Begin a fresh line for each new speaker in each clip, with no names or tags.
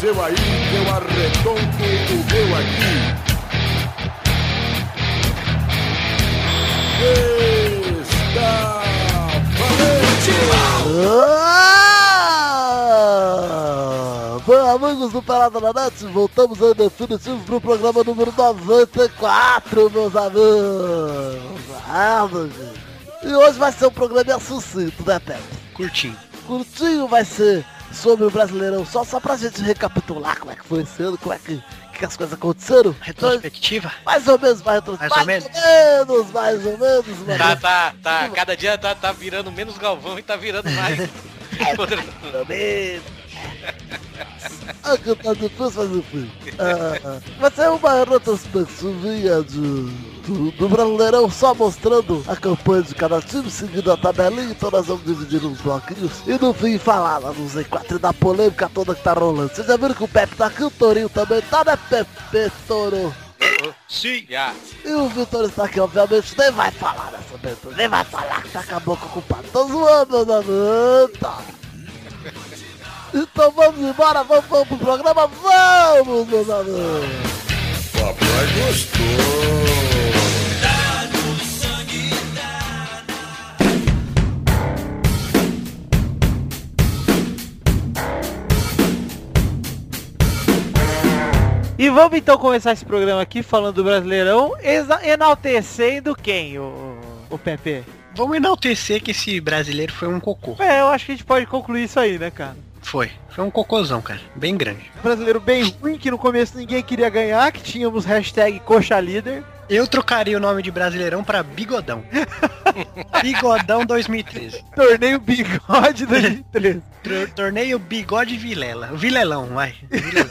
seu aí, eu arredonto o meu aqui. Está valente!
Ah! Bem, amigos do Pelada na Net, voltamos em definitivo pro programa número 94, meus amigos. Ah, meu amigo. E hoje vai ser um programa sucinto, né, Pepe?
Curtinho.
Curtinho vai ser sobre o Brasileirão, só, só pra gente recapitular como é que foi esse ano, como é que, que as coisas aconteceram. Então,
Retrospectiva?
mais ou menos, mais, ou
Mais
mais
ou menos?
ou menos, mais ou menos, mais
Tá, tá, tá. Cada dia tá, tá virando menos Galvão e tá virando mais.
Também. Ah, que tá difícil, mas enfim. Ah, vai ser uma retrospectivinha de, do, do Brasileirão só mostrando a campanha de cada time, seguindo a tabelinha, então nós vamos dividir uns bloquinhos e no fim falar lá no Z4 e da polêmica toda que tá rolando. Vocês já viram que o Pepe tá aqui, o Torinho também tá, né, Pepe Toro?
Sim.
Já.
E o Vitor está aqui, obviamente, nem vai falar dessa abertura, nem vai falar que tá com a boca ocupada. Tô zoando, mano. Tá. Então vamos embora, vamos, vamos pro programa, vamos, meus amigos.
Papai gostou!
E vamos então começar esse programa aqui falando do Brasileirão, exa- enaltecendo quem, o, o Pepe?
Vamos enaltecer que esse brasileiro foi um cocô.
É, eu acho que a gente pode concluir isso aí, né, cara?
Foi. Foi um cocôzão, cara. Bem grande.
Brasileiro bem ruim, que no começo ninguém queria ganhar, que tínhamos hashtag coxa líder.
Eu trocaria o nome de Brasileirão pra Bigodão. Bigodão 2013.
Torneio bigode 2013.
Tro- Torneio Bigode Vilela. Vilelão, vai. Vilelão.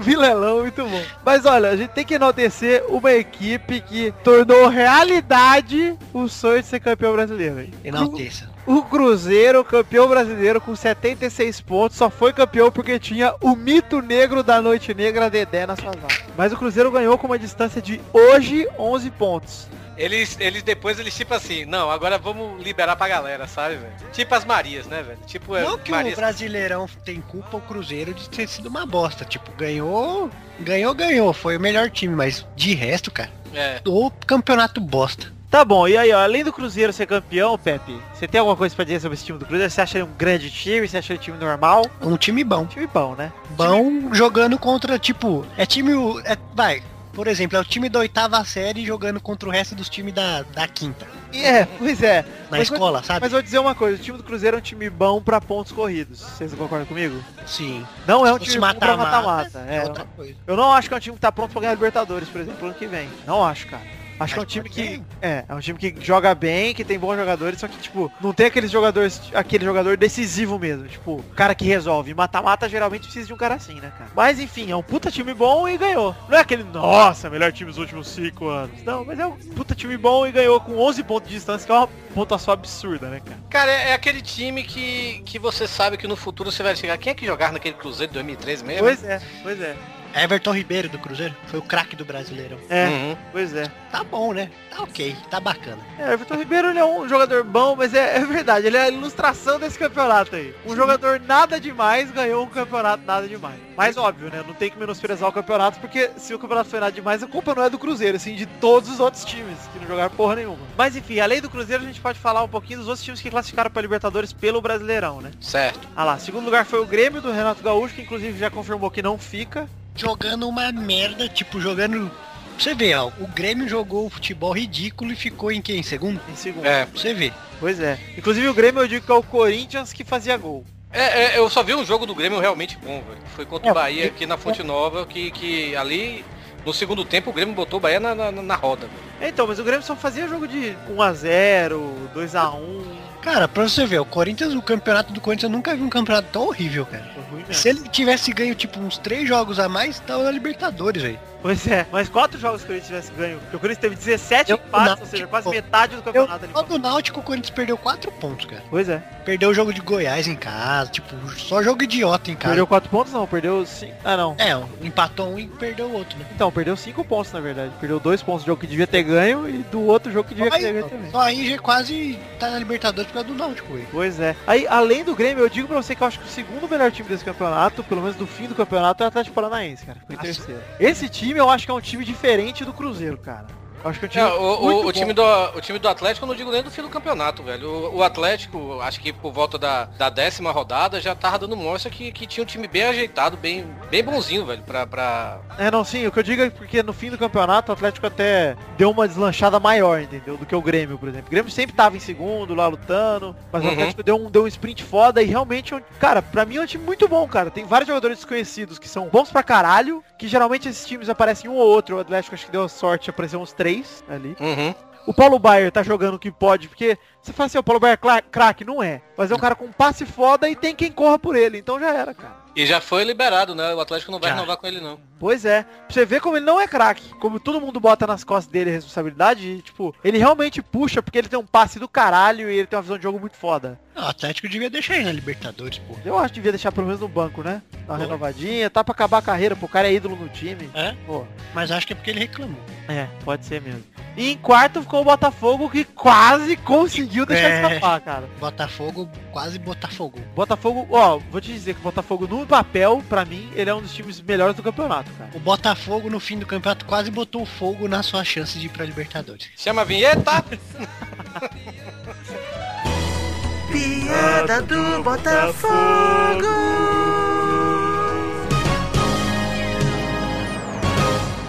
Vilelão, muito bom. Mas olha, a gente tem que enaltecer uma equipe que tornou realidade o sonho de ser campeão brasileiro.
Enalteça.
O Cruzeiro, campeão brasileiro com 76 pontos, só foi campeão porque tinha o mito negro da noite negra Dedé na sua vaga. Mas o Cruzeiro ganhou com uma distância de hoje 11 pontos.
Eles, eles depois, eles tipo assim, não, agora vamos liberar pra galera, sabe, velho? Tipo as Marias, né, velho? Tipo é,
Não que o
Marias.
Brasileirão tem culpa o Cruzeiro de ter sido uma bosta. Tipo, ganhou, ganhou, ganhou. Foi o melhor time, mas de resto, cara,
É.
o campeonato bosta.
Tá bom, e aí, ó, além do Cruzeiro ser campeão, Pepe, você tem alguma coisa pra dizer sobre esse time do Cruzeiro? Você acha ele um grande time? Você acha ele um time normal?
Um time bom.
Time bom, né?
Bom jogando contra, tipo, é time. o- É, vai, por exemplo, é o time da oitava série jogando contra o resto dos times da, da quinta.
E é, pois é.
Na
Mas-
escola, sabe?
Mas vou dizer uma coisa, o time do Cruzeiro é um time bom pra pontos corridos. Vocês concordam comigo?
Sim.
Não é um
Se
time bom
fosse
pra
mata-mata,
mata-mata.
É,
É,
outra coisa.
Eu não acho que é um time que tá pronto pra ganhar Libertadores, por exemplo, ano que vem. Não acho, cara. Acho que é um
Mas
time
pode
que.
ser.
É, é um time que joga bem, que tem bons jogadores, só que, tipo, não tem aqueles jogadores, aquele jogador decisivo mesmo. Tipo, o cara que resolve. Mata-mata geralmente precisa de um cara assim, né, cara? Mas enfim, é um puta time bom e ganhou. Não é aquele, nossa, melhor time dos últimos cinco anos. Não, mas é um puta time bom e ganhou com 11 pontos de distância, que é uma pontuação absurda, né, cara?
Cara, é, é aquele time que, que você sabe que no futuro você vai chegar. Quem é que jogar naquele Cruzeiro de 2013 mesmo?
Pois é, pois é.
Everton Ribeiro do Cruzeiro foi o craque do Brasileirão.
É,
Uhum.
pois é.
Tá bom, né? Tá ok, tá bacana.
É, o Vitor Ribeiro ele é um jogador bom, mas é, é verdade, ele é a ilustração desse campeonato aí. Um jogador nada demais ganhou um campeonato nada demais. Mas óbvio, né? Não tem que menosprezar o campeonato, porque se o campeonato foi nada demais, a culpa não é do Cruzeiro, assim, de todos os outros times que não jogaram porra nenhuma. Mas enfim, além do Cruzeiro, a gente pode falar um pouquinho dos outros times que classificaram para Libertadores pelo Brasileirão, né?
Certo.
Ah lá, segundo lugar foi o Grêmio do Renato Gaúcho, que inclusive já confirmou que não fica.
Jogando uma merda, tipo, jogando. Você vê, ó, o Grêmio jogou futebol ridículo e ficou em quem? Segundo?
Em segundo.
É.
Você vê.
Pois é. Inclusive o Grêmio eu digo que é o Corinthians que fazia gol.
É, é, eu só vi um jogo do Grêmio realmente bom, velho. Foi contra
É,
o Bahia aqui na Fonte Nova, que, que ali, no segundo tempo, o Grêmio botou o Bahia na, na, na roda. velho.
Então, mas o Grêmio só fazia jogo de 1x0, 2x1.
Cara, pra você ver, o Corinthians, o campeonato do Corinthians, eu nunca vi um campeonato tão horrível, cara.
Foi ruim
Se
mesmo.
ele tivesse ganho, tipo, uns três jogos a mais, tava na Libertadores, velho.
Pois é, mas quatro jogos que o Corinthians tivesse ganho. Porque o Corinthians teve 17
Eu-
empates,
não,
ou seja,
tipo,
quase metade do
Eu,
campeonato ali.
só do Náutico, o Corinthians perdeu quatro pontos, cara.
Pois é.
Perdeu o jogo de Goiás em casa, tipo, só jogo idiota em casa.
Perdeu quatro pontos não, perdeu cinco. Ah não.
É, um empatou um e perdeu o outro, né?
Então, perdeu cinco pontos na verdade. Perdeu dois pontos do jogo que devia ter ganho e do outro jogo que devia
Só
ter ganho
aí,
também.
só aí já quase tá na Libertadores que a do Náutico, velho.
Pois é. Aí, além do Grêmio, eu digo pra você que eu acho que o segundo melhor time desse campeonato, pelo menos do fim do campeonato, é o Atlético Paranaense, cara. Foi em
Nossa.
terceiro. Esse time eu acho que é um time diferente do Cruzeiro, cara. Eu acho que é um time.
É, o,
muito
o- o
bom.
time do, o time do Atlético eu não digo nem do fim do campeonato, velho. O, o Atlético, acho que por volta da, da décima rodada, já tava dando mostra que, que tinha um time bem ajeitado, bem, bem bonzinho, velho, pra, pra,
É, não, sim, o que eu digo é porque no fim do campeonato o Atlético até deu uma deslanchada maior, entendeu? Do que o Grêmio, por exemplo. O Grêmio sempre tava em segundo, lá lutando, mas o
Uhum.
Atlético deu um, deu um sprint foda e realmente, é um- cara, pra mim é um time muito bom, cara. Tem vários jogadores desconhecidos que são bons pra caralho, que geralmente esses times aparecem um ou outro. O Atlético acho que deu a sorte de aparecer uns três ali.
Uhum.
O Paulo Baier tá jogando o que pode, porque você fala assim, o Paulo Baier é cla- craque, não é. Mas é um cara com passe foda e tem quem corra por ele, então já era, cara.
E já foi liberado, né? O Atlético não vai
Já.
renovar com ele, não.
Pois é. Pra você ver como ele não é craque. Como todo mundo bota nas costas dele a responsabilidade, e, tipo, ele realmente puxa porque ele tem um passe do caralho e ele tem uma visão de jogo muito foda.
Ah, O Atlético devia deixar ele na Libertadores, pô.
Eu acho que devia deixar pelo menos no banco, né? Dar uma
Pô.
renovadinha, tá pra acabar a carreira, pô, o cara é ídolo no time.
É?
Pô,
Mas acho que é porque ele reclamou.
é, pode ser mesmo. E em quarto ficou o Botafogo que quase conseguiu deixar
É.
escapar, cara.
Botafogo, quase Botafogo.
Botafogo, ó, vou te dizer que o Botafogo no papel, pra mim, ele é um dos times melhores do campeonato, cara.
O Botafogo no fim do campeonato quase botou fogo na sua chance de ir pra Libertadores.
Chama a vinheta!
Piada do Botafogo.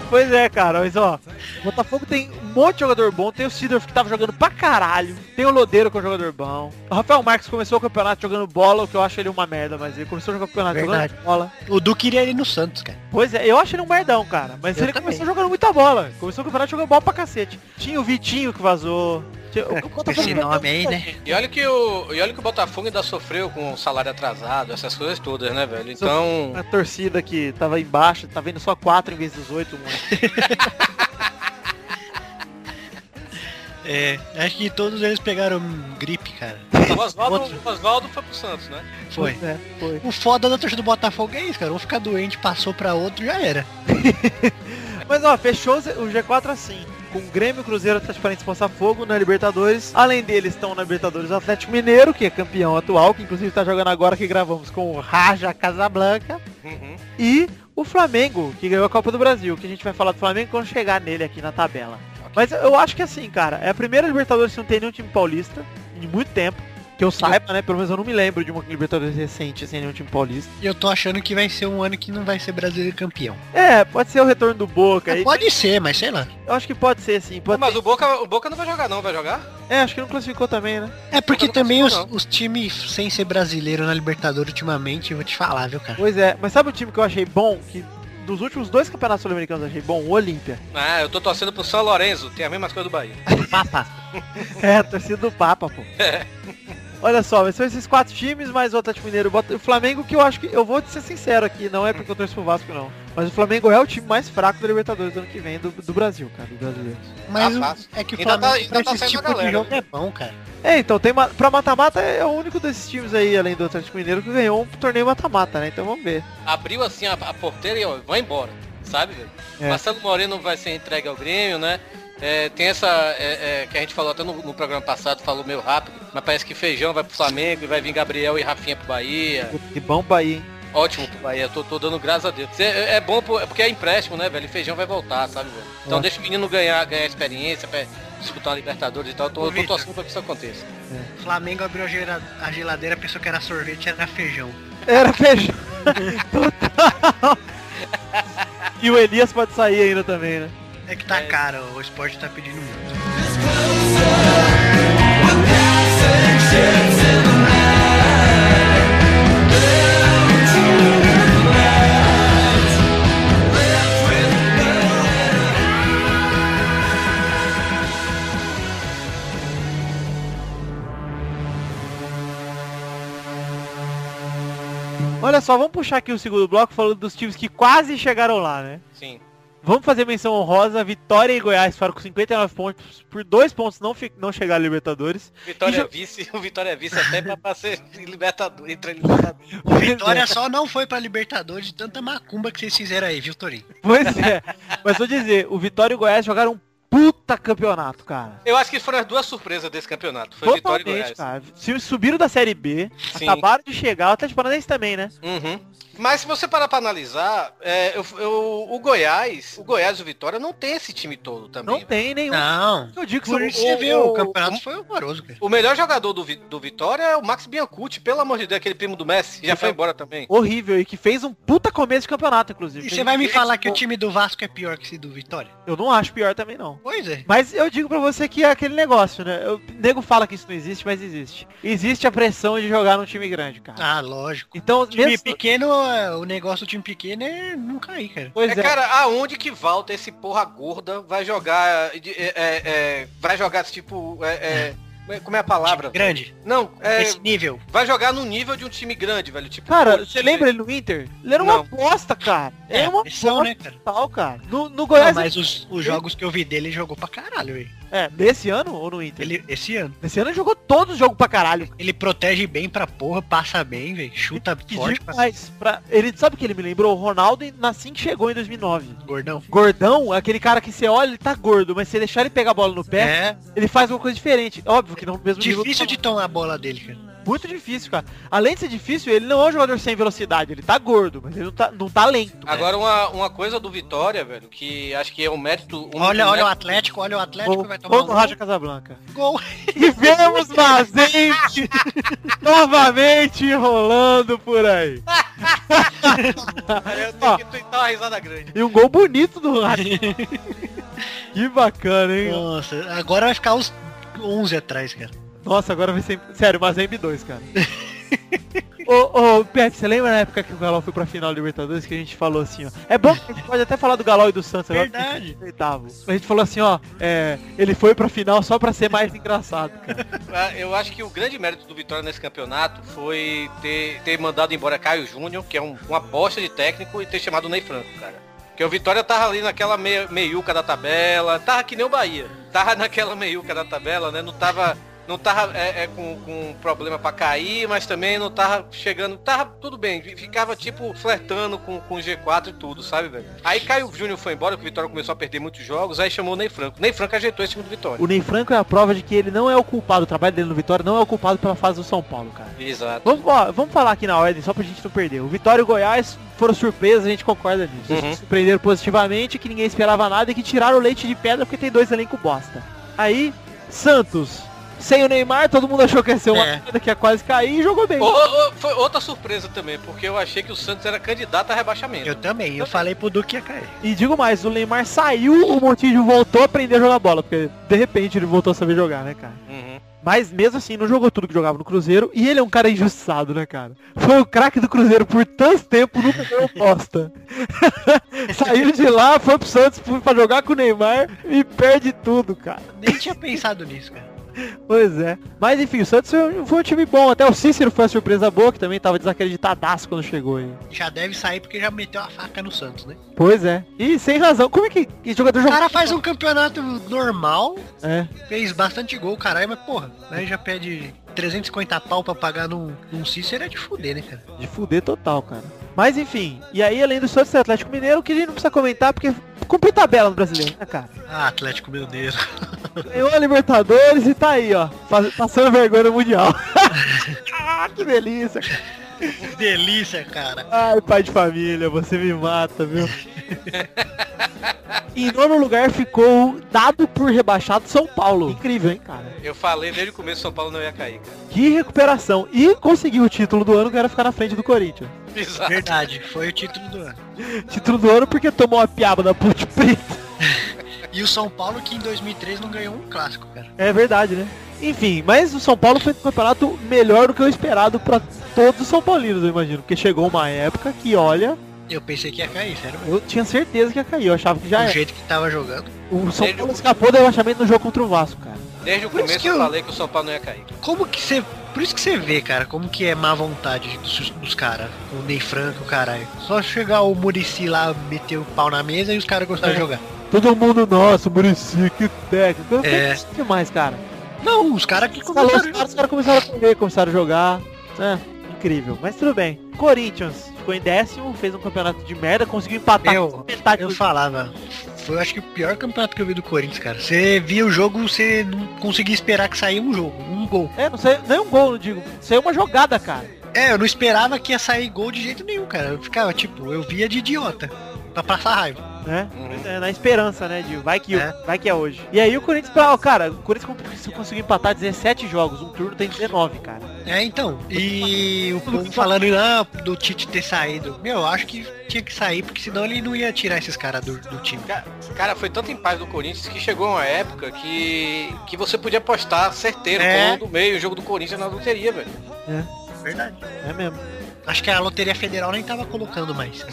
Pois é, cara, mas ó, o Botafogo tem um monte de jogador bom, tem o Sidorf que tava jogando pra caralho, tem o Lodeiro que é um jogador bom, o Rafael Marques começou o campeonato jogando bola, o que eu acho ele uma merda, mas ele começou o campeonato
Verdade.
jogando bola.
O Du queria ele no Santos, cara.
Pois é, eu acho ele um merdão, cara, mas
Eu
ele
também.
começou jogando muita bola, começou o campeonato jogando bola pra cacete. Tinha o Vitinho que vazou, tinha- o Botafogo
É, Esse
perdeu
nome aí,
muita
né?
E olha, que o, e olha que o Botafogo ainda sofreu com o salário atrasado, essas coisas todas, né, velho? Então.
A torcida que tava embaixo, tá vendo só 4 em vez dos 8, mano.
É, acho que todos eles pegaram gripe, cara.
O Oswaldo, o Oswaldo foi pro Santos, né?
Foi.
É, foi.
O foda da torcida do Botafogo é isso, cara. Um fica doente, passou pra outro, já era.
Mas ó, fechou o G4 assim. Com Grêmio, Cruzeiro, Atlético Paranaense, Botafogo na Libertadores. Além deles estão na Libertadores o Atlético Mineiro, que é campeão atual, que inclusive tá jogando agora que gravamos com o Raja Casablanca.
Uhum.
E o Flamengo, que ganhou a Copa do Brasil, que a gente vai falar do Flamengo quando chegar nele aqui na tabela. Mas eu acho que assim, cara, é a primeira Libertadores que não tem nenhum time paulista em muito tempo. Que eu saiba, né? Pelo menos eu não me lembro de uma Libertadores recente sem nenhum time paulista.
E eu tô achando que vai ser um ano que não vai ser brasileiro campeão.
É, pode ser o retorno do Boca.
Ah,
aí.
pode ser, mas sei lá.
Eu acho que pode ser, sim. Pode
É, Mas o Boca, o Boca não vai jogar, não, vai jogar?
É, acho que não classificou também, né?
É porque
não
também os,
consigo,
os times sem ser brasileiro na Libertadores ultimamente, eu vou te falar, viu, cara?
Pois é, mas sabe o time que eu achei bom? Que dos últimos dois campeonatos sul-americanos eu achei bom? O Olímpia.
Ah, eu tô torcendo pro São Lourenço, tem a mesma coisa do Bahia.
Papa.
É, a torcida do Papa, pô. Olha só, mas são esses quatro times, mais o Atlético Mineiro, bota- o Flamengo, que eu acho que, eu vou te ser sincero aqui, não é porque eu torço pro Vasco, não. Mas o Flamengo é o time mais fraco da Libertadores do ano que vem, do, do Brasil, cara, do brasileiro.
Mas
Ah,
o-
fácil.
é que o
Ainda tá-
Flamengo
ainda
pra
tá
esse
saindo a
tipo de
galera,
jogo é bom, cara.
É, então, tem ma- pra mata-mata é o único desses times aí, além do Atlético Mineiro, que ganhou um torneio mata-mata, né? Então vamos ver.
Abriu assim a, a porteira e ó, vai embora, sabe, velho?
É.
Marcelo Moreno vai ser entregue ao Grêmio, né? É, tem essa é, é, que a gente falou até no, no programa passado, falou meio rápido, mas parece que Feijão vai pro Flamengo e vai vir Gabriel e Rafinha pro Bahia.
Que bom Bahia, hein?
Ótimo pro Bahia, tô, tô dando graças a Deus. Cê- É, é bom pro- é porque é empréstimo, né, velho? E Feijão vai voltar, sabe, velho? Então
Ótimo.
deixa o menino ganhar, ganhar experiência, pra disputar a Libertadores e tal. Tô,
Ô,
tô
Vitor.
torcendo pra que isso aconteça.
Flamengo abriu a, gela- a geladeira, pensou que era sorvete, era feijão.
Era feijão. Total. E o Elias pode sair ainda também, né?
É que tá caro, o esporte tá pedindo muito.
Olha só, vamos puxar aqui o segundo bloco falando dos times que quase chegaram lá, né?
Sim.
Vamos fazer menção honrosa, Vitória e Goiás ficaram com 59 pontos, por dois pontos não, fi- não chegaram à Libertadores.
Vitória
E
é
jo-
vice, o Vitória é vice até pra, pra ser Libertadores, entre Libertadores.
O
é,
Vitória só não foi pra Libertadores de tanta macumba que vocês fizeram aí, viu, Torinho?
Pois é, mas vou dizer, o Vitória e o Goiás jogaram puta campeonato, cara.
Eu acho que foram as duas surpresas desse campeonato. Foi Vitória e
Totalmente,
Goiás.
cara. Se subiram da Série B,
Sim.
acabaram de chegar, o Atlético Paranaense também, né?
Uhum. Mas se você parar pra analisar, é, eu- eu- o Goiás, o Goiás e o Vitória não tem esse time todo também.
Não tem
um
nenhum.
Não.
Eu digo que
Por
são-
isso você
o-
vê, o campeonato foi horroroso, cara.
O melhor jogador do, Vi- do Vitória é o Max Biancucci, pelo amor de Deus, aquele primo do Messi, que já
é.
foi embora também.
horrível e que fez um puta começo de campeonato, inclusive.
E você vai me falar que o time do Vasco é pior que esse do Vitória?
Eu não acho pior também, não.
Pois é.
Mas eu digo pra você que é aquele negócio, né? Eu- O nego fala que isso não existe, mas existe. Existe a pressão de jogar num time grande, cara.
Ah, lógico.
Então,
Time
mesmo...
pequeno, é, o negócio do time pequeno é não cair, cara.
Pois
É, cara, aonde que volta esse porra gorda vai jogar. é, é, é, vai jogar esse tipo. é, é, como é- como é a palavra?
Grande.
Não, é,
Esse nível.
vai jogar no nível de um time grande, velho. Tipo,
Cara,
pô,
você lembra ele no Inter? Ele era uma
Não.
aposta, cara. É, uma
pressão,
aposta
né, cara?
total, cara. No, no
Não,
Goiás...
mas os, os jogos que eu vi dele, ele jogou pra caralho, velho.
É, nesse ano ou no Inter?
Ele, esse ano.
Nesse ano ele jogou todos os jogos pra caralho.
Ele protege bem pra porra, passa bem, velho. Chuta
Que
forte pra
demais. Pra... Ele sabe o que ele me lembrou? O Ronaldo em- assim que chegou em 2009.
gordão.
Gordão é aquele cara que você olha, ele tá gordo, mas se deixar ele pegar a bola no pé,
É,
ele faz uma coisa diferente. Óbvio que não é o mesmo nível do
difícil de tomar a bola dele, cara.
Muito difícil, cara. Além de ser difícil, ele não é um jogador sem velocidade. Ele tá gordo, mas ele não tá, não tá lento.
É.
Agora uma, uma coisa do Vitória, velho, que acho que é um mérito. Um
Olha, né?
um
olha o
mérito-
Atlético, olha o Atlético
Gol
que vai
gol
tomar
do
um
Raja Casablanca.
gol.
E vemos Mazente novamente rolando por aí.
Eu tenho que tuitar uma risada grande.
E um gol bonito do Raja. que bacana, hein?
Nossa, agora vai ficar uns 11 atrás, cara.
Nossa, agora vai ser... Sério, Mazembe 2, cara. Ô, ô, Pepe, você lembra na época que o Galol foi pra final da Libertadores que a gente falou assim, ó. É bom que a gente pode até falar do Galol e do Santos agora. porque
Verdade.
oitavo. A gente falou assim, ó, é, ele foi pra final só pra ser mais engraçado, cara.
Ah, Eu acho que o grande mérito do Vitória nesse campeonato foi ter, ter mandado embora Caio Júnior, que é um, uma bosta de técnico, e ter chamado o Ney Franco, cara. Porque o Vitória tava ali naquela meia- meiuca da tabela, tava que nem o Bahia. Tava naquela meiuca da tabela, né? Não tava. Não tava é, é, com, com problema pra cair, mas também não tava chegando. Tava tudo bem, ficava tipo flertando com, com o G4 e tudo, sabe, velho? Aí Caio Júnior foi embora, que o Vitória começou a perder muitos jogos, aí chamou o Ney Franco. Ney Franco ajeitou esse time do Vitória.
O Ney Franco é a prova de que ele não é o culpado, o trabalho dele no Vitória não é o culpado pela fase do São Paulo, cara.
Exato.
Vamos, ó, vamos falar aqui na ordem, só pra gente não perder. O Vitória e o Goiás foram surpresas, a gente concorda nisso.
Uhum.
Eles Surpreenderam positivamente, que ninguém esperava nada e que tiraram o leite de pedra porque tem dois elenco bosta. Aí, Santos. Sem o Neymar, todo mundo achou que ia ser uma
É.
merda, que ia quase cair e jogou bem.
Ô, ô, ô, foi outra surpresa também, porque eu achei que o Santos era candidato a rebaixamento.
Eu também, eu falei pro Duque ia cair.
E digo mais, o Neymar saiu, o Montijo voltou a aprender a jogar bola, porque de repente ele voltou a saber jogar, né, cara?
Uhum.
Mas mesmo assim, não jogou tudo que jogava no Cruzeiro, e ele é um cara injustiçado, né, cara? Foi o craque do Cruzeiro por tanto tempo, nunca ganhou posta. Saiu de lá, foi pro Santos foi pra jogar com o Neymar e perde tudo, cara.
Nem tinha pensado nisso, cara.
Pois é. Mas enfim, o Santos foi um- foi um time bom, até o Cícero foi uma surpresa boa, que também tava desacreditadaço quando chegou aí.
Já deve sair porque já meteu a faca no Santos, né?
Pois é. E sem razão, como é que, que jogador
O
jogou?
cara faz um campeonato normal,
É.
fez bastante gol, caralho, mas porra, aí já pede 350 pau pra pagar num, num Cícero é de fuder, né, cara?
De fuder total, cara. Mas enfim, e aí além do Santos e Atlético Mineiro, que a gente não precisa comentar porque cumpriu tabela no brasileiro, né, cara?
Ah, Atlético, meu Deus.
Ganhou a Libertadores e tá aí, ó, faz- passando vergonha no Mundial. ah, que delícia, cara.
Que delícia, cara.
Ai, pai de família, você me mata, viu? em nono lugar ficou o dado por rebaixado São Paulo. Incrível, hein, cara?
Eu falei desde o começo que São Paulo não ia cair, cara.
Que recuperação. E conseguiu o título do ano, que era ficar na frente do Corinthians.
Exato.
Verdade, foi o título do ano.
Título do ano porque tomou a piaba da Ponte Preta.
E o São Paulo que em 2003 não ganhou um clássico, cara.
É verdade, né? Enfim, mas o São Paulo fez um campeonato melhor do que o esperado pra todos os São Paulinos, eu imagino. Porque chegou uma época que, olha,
Eu pensei que ia cair, sério.
eu tinha certeza que ia cair, eu achava que já é.
Do
era.
jeito que tava jogando.
O São
Ele-
Paulo escapou do rebaixamento no jogo contra o Vasco, cara.
Desde o
Por isso
começo
que
eu
eu-
falei que o São Paulo não ia cair.
Como que você. Por isso que você vê, cara, como que é má vontade dos, dos caras. O Ney Franco, caralho. Só chegar o Murici lá, meter o pau na mesa e os caras gostaram
É.
de jogar.
Todo mundo, nossa, Murici, que técnico. Eu
É.
falei, "Que demais, cara.
Não, os caras que
Falou, os
começaram.
caras, os caras começaram a correr, começaram a jogar. né? incrível, mas tudo bem. Corinthians ficou em décimo, fez um campeonato de merda, conseguiu empatar
Eu-
com metade
Eu
do
falava, Foi, eu acho que o pior campeonato que eu vi do Corinthians, cara. Você via o jogo, você não conseguia esperar que saía um jogo, um gol.
É, não saiu nem um gol, não digo. Saiu uma jogada, cara.
É, eu não esperava que ia sair gol de jeito nenhum, cara. Eu ficava, tipo, eu via de idiota. Pra passar raiva.
Né?
Uhum.
É, na esperança, né, Digo? Vai que,
É.
vai que é hoje. E aí o Corinthians, pra, ó, cara, o Corinthians se conseguiu empatar 17 jogos, um turno tem 19, cara.
É, então. E o povo falando lá do Tite ter saído. Meu, eu acho que tinha que sair, porque senão ele não ia tirar esses caras do, do time.
Ca- Cara, foi tanto em paz do Corinthians que chegou uma época que, que você podia apostar certeiro
É.
com o do meio, o jogo do Corinthians na loteria, velho.
Verdade.
É mesmo.
Acho que a Loteria Federal nem tava colocando mais.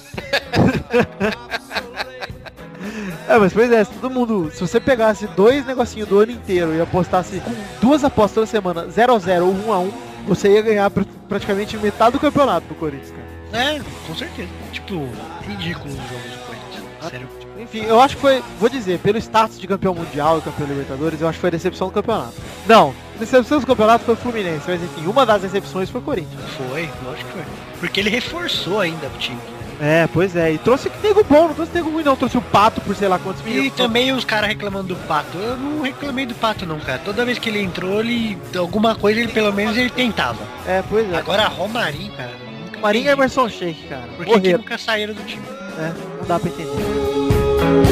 É, mas pois é, se todo mundo, se você pegasse dois negocinhos do ano inteiro e apostasse com duas apostas toda semana, 0x0 ou 1x1, você ia ganhar pr- praticamente metade do campeonato do Corinthians, cara.
É, com certeza. Tipo, ridículo os jogos do Corinthians. Sério.
Enfim, eu acho que foi, vou dizer, pelo status de campeão mundial e campeão Libertadores, eu acho que foi a decepção do campeonato. Não, a decepção do campeonato foi o Fluminense, mas enfim, uma das decepções foi o Corinthians.
Foi, lógico que foi. Porque ele reforçou ainda o time.
É, pois é, e trouxe que nego bom, não trouxe nego ruim não, trouxe o Pato por sei lá quantos
E
milhões.
também os caras reclamando do Pato. Eu não reclamei do Pato não, cara. Toda vez que ele entrou, ele. Alguma coisa ele pelo menos ele tentava.
É, pois é.
Agora Romarinho, é cara. nunca
Marinho e
entendi.
Emerson Sheik, cara,
Por que, que
morreram,
nunca saíram do time?
né? Não dá pra entender.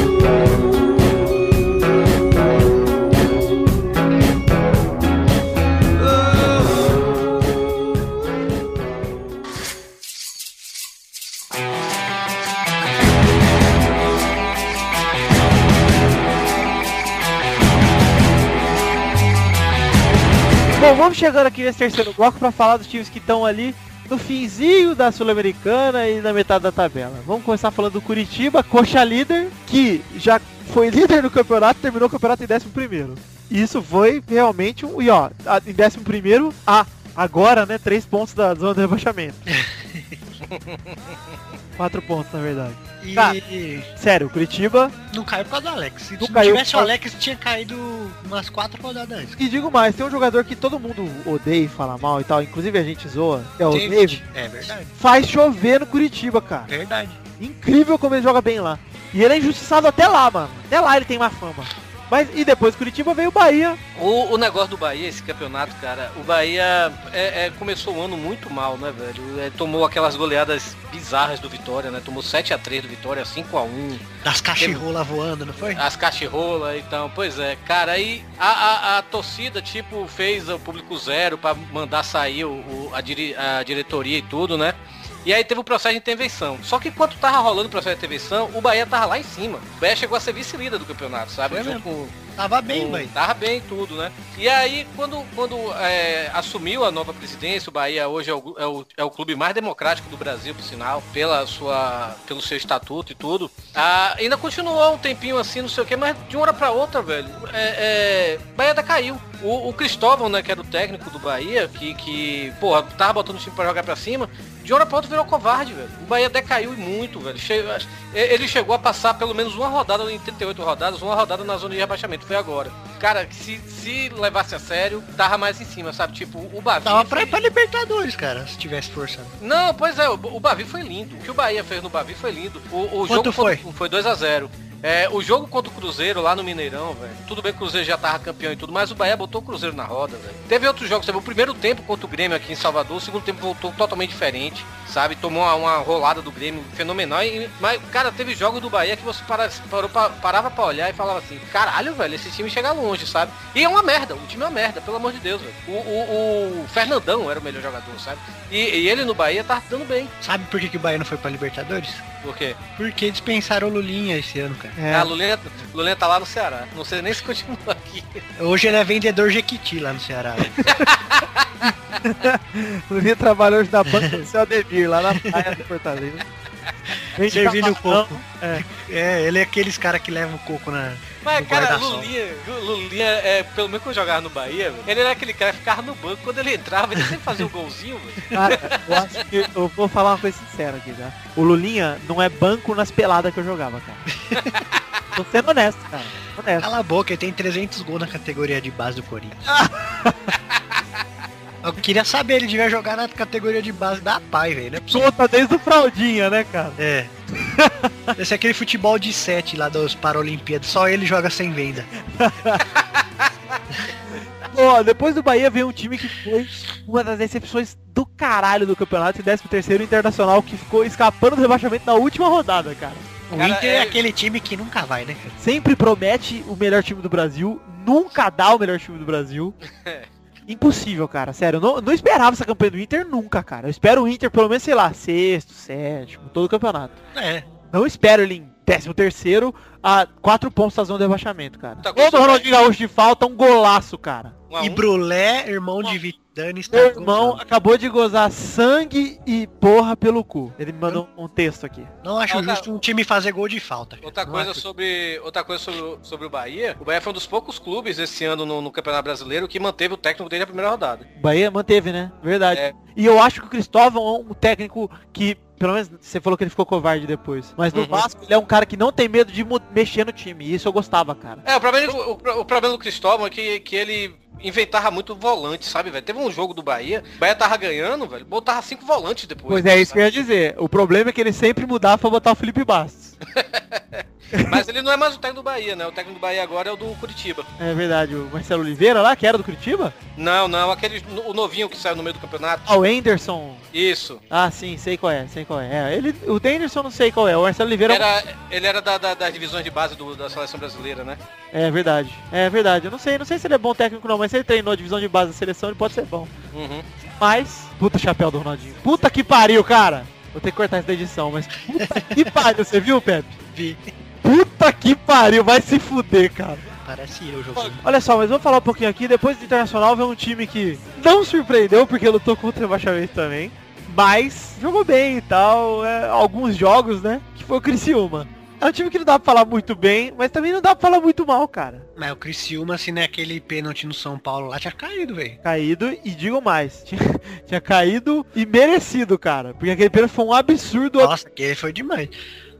Bom, vamos chegando aqui nesse terceiro bloco para falar dos times que estão ali no finzinho da Sul-Americana e na metade da tabela. Vamos começar falando do Curitiba, coxa líder, que já foi líder no campeonato, terminou o campeonato em 11º. Isso foi realmente um... E ó, a- em 11º, ah, agora, né, três pontos da zona de rebaixamento. Quatro pontos, na verdade.
E
Tá. Sério, o Curitiba
não caiu por causa do Alex. Se
Não
não
caiu
tivesse
por
o
causa-
Alex, tinha caído umas quatro rodadas antes.
E digo mais, tem um jogador que todo mundo odeia e fala mal e tal, inclusive a gente zoa, que é o David.
É verdade,
faz chover no Curitiba, cara.
verdade.
Incrível como ele joga bem lá. E ele é injustiçado até lá, mano. Até lá ele tem má fama. Mas e depois Curitiba veio o Bahia.
O, o negócio do Bahia, esse campeonato, cara, o Bahia é- é, começou o ano muito mal, né, velho? É, tomou aquelas goleadas bizarras do Vitória, né? Tomou 7x3 do Vitória, 5x1,
Das cachorrolas voando, não foi?
as cachorrolas, então, pois é, cara, aí a, a- a torcida, tipo, fez o público zero pra mandar sair o, o- a, dire- a diretoria e tudo, né? E aí teve o processo de intervenção. Só que enquanto tava rolando o processo de intervenção, o Bahia tava lá em cima. O Bahia chegou a ser vice-líder do campeonato, sabe?
Foi
Junto
mesmo.
com-
Tava bem,
com-
mas
Tava bem tudo, né? E aí, quando, quando é, assumiu a nova presidência, o Bahia hoje é o, é, o, é o clube mais democrático do Brasil, por sinal, pela sua, pelo seu estatuto e tudo. Ah, ainda continuou um tempinho assim, não sei o que, mas de uma hora pra outra, velho, é, é, Bahia da caiu. O, o Cristóvão, né, que era o técnico do Bahia, que, que porra, tava botando o time pra jogar pra cima, de uma hora pra outra virou covarde, velho. O Bahia decaiu e muito, velho. Che- e- Ele chegou a passar pelo menos uma rodada em 38 rodadas, uma rodada na zona de rebaixamento, foi agora. Cara, se, se levasse a sério, tava mais em cima, sabe? Tipo, o Bavi...
tava pra ir pra Libertadores, cara, se tivesse forçando.
Não, pois é, o, o Bavi foi lindo. O que o Bahia fez no Bavi foi lindo. O, o
Quanto
jogo
foi?
contra- Foi 2x0. É, o jogo contra o Cruzeiro lá no Mineirão, velho. Tudo bem que o Cruzeiro já tava campeão e tudo, mas o Bahia botou o Cruzeiro na roda, velho. Teve outros jogos, teve o primeiro tempo contra o Grêmio aqui em Salvador, o segundo tempo voltou totalmente diferente, sabe? Tomou uma, uma rolada do Grêmio fenomenal. e- mas, cara, teve jogos do Bahia que você para- parou pra- parava pra olhar e falava assim, caralho, velho, esse time chega longe, sabe? E é uma merda, o time é uma merda, pelo amor de Deus, velho. O, o- o Fernandão era o melhor jogador, sabe? E, e ele no Bahia tá dando bem.
Sabe por que, que o Bahia não foi pra Libertadores?
Por quê?
Porque dispensaram o Lulinha esse ano, cara.
É,
Ah, Lulinha, Lulinha tá lá no Ceará. Não sei nem se continua aqui.
Hoje ele é vendedor Jequiti lá no Ceará.
o Lulinha trabalhou hoje na banca do seu Ademir, lá na praia de Fortaleza. Vem de
Servindo o
camarão.
coco. É, ele é aqueles caras que levam o coco na.
Mas,
no
cara,
guarda-sol.
Lulinha, Lulinha, é, pelo menos quando eu jogava no Bahia, velho, ele era aquele cara que ficava no banco. Quando ele entrava, ele sempre fazia um golzinho, velho.
Cara, eu acho que eu vou falar uma coisa sincera aqui, tá? O Lulinha não é banco nas peladas que eu jogava, cara. Tô sendo honesto, cara. Honesto.
Cala a boca, ele tem 300 gols na categoria de base do Corinthians. Eu queria saber, ele devia jogar na categoria de base da PAI, velho. né?
Conta desde o fraldinha, né, cara?
É. Esse é aquele futebol de 7 lá das Paralimpíadas. Só ele joga sem venda.
Ó, depois do Bahia veio um time que foi uma das decepções do caralho do campeonato, e 13 terceiro internacional, que ficou escapando do rebaixamento na última rodada, cara.
O
Cara,
Inter é...
é-
aquele time que nunca vai, né? cara?
Sempre promete o melhor time do Brasil, nunca dá o melhor time do Brasil. Impossível, cara, sério. Eu não, não esperava essa campanha do Inter nunca, cara. Eu espero o Inter pelo menos, sei lá, sexto, sétimo, todo o campeonato.
É.
Não espero ele em décimo terceiro a quatro pontos da zona de rebaixamento, cara.
Tá com
Gol do
saudade.
Ronaldinho Gaúcho de falta, um golaço, cara.
Um a
E
um.
Brulé, irmão de Vitani, está
Meu irmão
voltando.
acabou de gozar sangue e porra pelo cu. Ele me mandou um texto aqui.
Não acho
Não, tá.
justo um time fazer gol de falta. cara.
Outra
Não é
coisa,
acho.
sobre, outra coisa sobre, o- sobre o Bahia, o Bahia foi um dos poucos clubes esse ano no, no Campeonato Brasileiro que manteve o técnico desde a primeira rodada.
O Bahia manteve, né? Verdade.
É.
E eu acho que o Cristóvão é um técnico que, pelo menos você falou que ele ficou covarde depois. Mas no
Uhum.
Vasco ele é um cara que não tem medo de mu- mexer no time. E isso eu gostava, cara.
É, o problema, o, o problema do Cristóvão é que, que ele inventava muito volante, sabe, velho? Teve um jogo do Bahia, o Bahia tava ganhando, velho, botava cinco volantes depois.
Pois é, isso que eu ia dizer. O problema é que ele sempre mudava pra botar o Felipe Bastos.
Mas ele não é mais o técnico do Bahia, né? O técnico do Bahia agora é o do Curitiba.
É verdade, o Marcelo Oliveira lá, que era do Curitiba?
Não, não, aquele o novinho que saiu no meio do campeonato.
Ah, o Anderson.
Isso.
Ah, sim, sei qual é, sei qual é. é ele, o Anderson não sei qual é, o Marcelo Oliveira é um
Era, ele era da, da- das divisões de base do- da seleção brasileira, né?
É verdade. É verdade. Eu não sei, não sei se ele é bom técnico não, mas se ele treinou a divisão de base da seleção, ele pode ser bom.
Uhum.
Mas, puta chapéu do Ronaldinho. Puta que pariu, cara. Vou ter que cortar isso da edição, mas puta que pariu, você viu, Pepe?
Vi.
Puta que pariu, vai se fuder, cara.
Parece eu jogando.
Olha só, mas vamos falar um pouquinho aqui. Depois do Internacional, vem um time que não surpreendeu, porque lutou contra o rebaixamento também. Mas jogou bem e tal. é, alguns jogos, né? Que foi o Criciúma. É um time que não dá pra falar muito bem, mas também não dá pra falar muito mal, cara.
Mas o Criciúma, se não é aquele pênalti no São Paulo lá, tinha caído, velho.
Caído e digo mais, tinha, tinha caído e merecido, cara. Porque aquele pênalti foi um absurdo.
Nossa, aquele foi demais.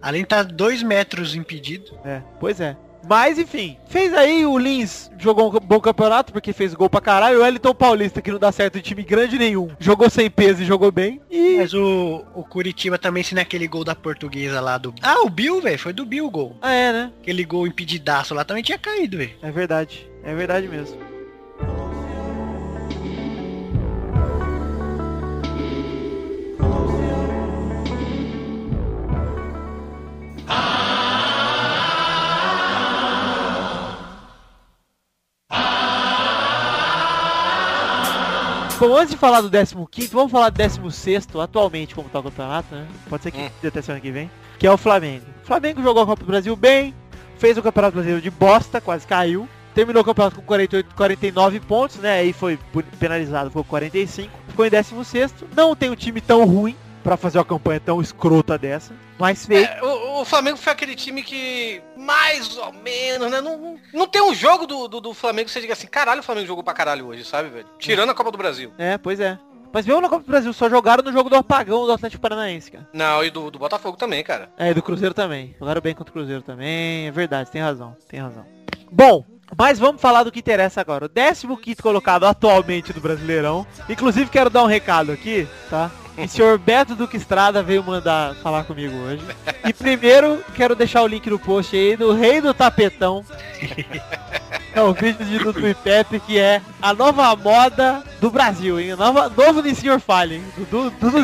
Além de tá dois metros impedido.
É, pois é. Mas enfim, fez aí o Lins, jogou um bom campeonato, porque fez gol pra caralho. O Elton Paulista, que não dá certo em time grande nenhum, jogou sem peso e jogou bem. E
Mas o, o Curitiba também, se não é aquele gol da portuguesa lá do... Ah, o Bill, velho. Foi do Bill o gol.
Ah, é, né?
Aquele gol impedidaço lá também tinha caído, velho.
É verdade. É verdade mesmo. Bom, antes de falar do 15, vamos falar do 16 atualmente, como tá o campeonato, né? Pode ser que
Hum.
dê até semana que vem. Que é o Flamengo. O Flamengo jogou a Copa do Brasil bem, fez o Campeonato Brasileiro de bosta, quase caiu. Terminou o campeonato com 48, 49 pontos, né? Aí foi bu- penalizado, ficou 45. Ficou em 16. Não tem um time tão ruim pra fazer uma campanha tão escrota dessa. Mas fez.
É, o, o Flamengo foi aquele time que, mais ou menos, né? Não, não tem um jogo do, do, do Flamengo que você diga assim, caralho, o Flamengo jogou pra caralho hoje, sabe, velho? Tirando a Copa do Brasil.
É, pois é. Mas mesmo na Copa do Brasil, só jogaram no jogo do apagão do Atlético Paranaense, cara.
Não, e do, do Botafogo também, cara.
É, e do Cruzeiro também. Jogaram bem contra o Cruzeiro também. É verdade, tem razão, tem razão. Bom, mas vamos falar do que interessa agora. O 15 colocado atualmente do Brasileirão. Inclusive, quero dar um recado aqui, tá? E o senhor Beto Duque Estrada veio mandar falar comigo hoje. E primeiro, quero deixar o link no post aí do Rei do Tapetão. É o vídeo de Dudu e Pepe, que é a nova moda do Brasil, hein? Nova, novo do Senhor Fallen. Dudu, Dudu,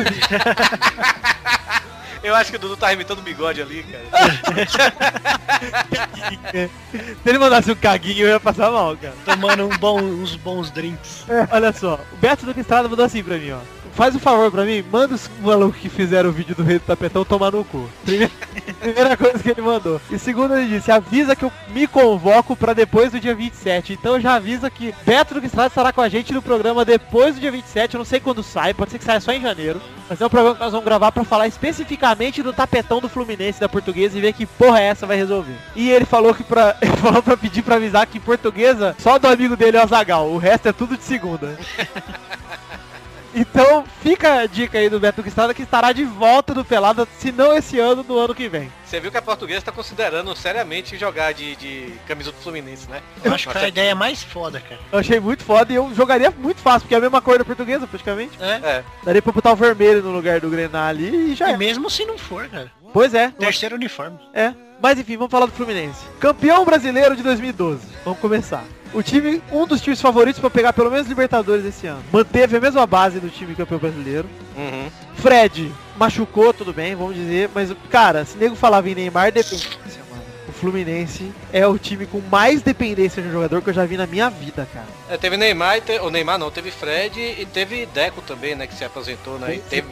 Eu acho que o Dudu tá arrebentando o bigode ali, cara.
se ele mandasse um caguinho, eu ia passar mal, cara.
Tomando um bom- uns bons drinks.
Olha só, o Beto Duque Estrada mandou assim pra mim, ó. Faz um favor pra mim, manda os malucos que fizeram o vídeo do Rei do Tapetão tomar no cu. Primeira, primeira coisa que ele mandou. E segundo, ele disse, avisa que eu me convoco pra depois do dia 27. Então já avisa que Beto Duque Estrada estará com a gente no programa depois do dia 27. Eu não sei quando sai, pode ser que saia só em janeiro. Mas é um programa que nós vamos gravar pra falar especificamente do tapetão do Fluminense da Portuguesa e ver que porra é essa vai resolver. E ele falou que pra, ele falou pra pedir pra avisar que Portuguesa só do amigo dele é o Zagal, o resto é tudo de segunda. Então fica a dica aí do Beto Estrada que estará de volta do Pelada, se não esse ano, no ano que vem.
Você viu que a portuguesa tá considerando seriamente jogar de, de camisa do Fluminense, né?
Eu acho que foi a ideia mais foda, cara.
Eu achei muito foda e eu jogaria muito fácil, porque é a mesma cor da portuguesa praticamente.
É.
Daria pra botar o vermelho no lugar do Grenar ali e já
E
é.
mesmo se não for, cara.
Pois é.
Terceiro uniforme.
É. Mas enfim, vamos falar do Fluminense. Campeão brasileiro de 2012. Vamos começar. O time, um dos times favoritos para pegar pelo menos Libertadores esse ano. Manteve a mesma base do time campeão brasileiro.
Uhum.
Fred machucou, tudo bem, vamos dizer, mas, cara, se nego falava em Neymar, dependência, mano. O Fluminense é o time com mais dependência de um jogador que eu já vi na minha vida, cara.
É, teve Neymar, e te... o Neymar não, teve Fred e teve Deco também, né? Que se aposentou, né? E teve...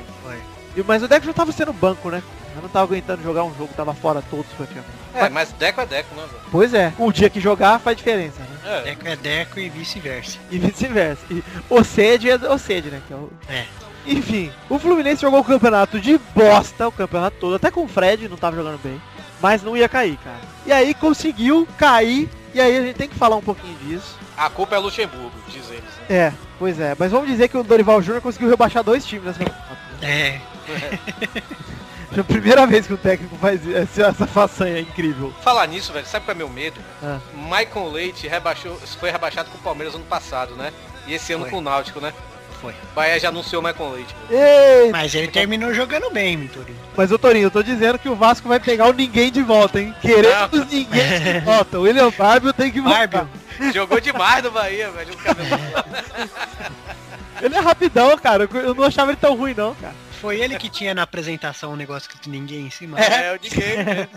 E- Mas o Deco já tava sendo banco, né? Eu não tava aguentando jogar um jogo, tava fora todos praticamente.
É, mas Deco é Deco, né? velho?
Pois é, o dia que jogar faz diferença, né?
É.
Deco é Deco e vice-versa.
E vice-versa. E o Sede é o Sede, né? Que é o-
É.
Enfim, o Fluminense jogou o campeonato de bosta, o campeonato todo, até com o Fred, não tava jogando bem, mas não ia cair, cara. E aí conseguiu cair, e aí a gente tem que falar um pouquinho disso.
A culpa é Luxemburgo, diz eles. né?
É, pois é, mas vamos dizer que o Dorival Júnior conseguiu rebaixar dois times nessa temporada.
É.
É a primeira vez que o técnico faz essa essa façanha incrível.
Falar nisso, velho, sabe qual é meu medo?
Ah.
Michael Leite rebaixou, foi rebaixado com o Palmeiras ano passado, né? E esse ano
Foi.
com o Náutico, né?
Foi.
O Bahia já anunciou o Michael Leite. velho.
Ei,
Mas ele terminou jogando bem, Vitorino.
mas ô Torinho, eu tô dizendo que o Vasco vai pegar o ninguém de volta, hein? Queremos ninguém de volta. O William Barbio tem que voltar.
Barbio.
Jogou demais no Bahia, velho. um o cabelo-
Ele é rapidão, cara. Eu- Eu não achava ele tão ruim, não, cara.
Foi ele que tinha na apresentação um negócio escrito ninguém em cima.
É, eu ninguém.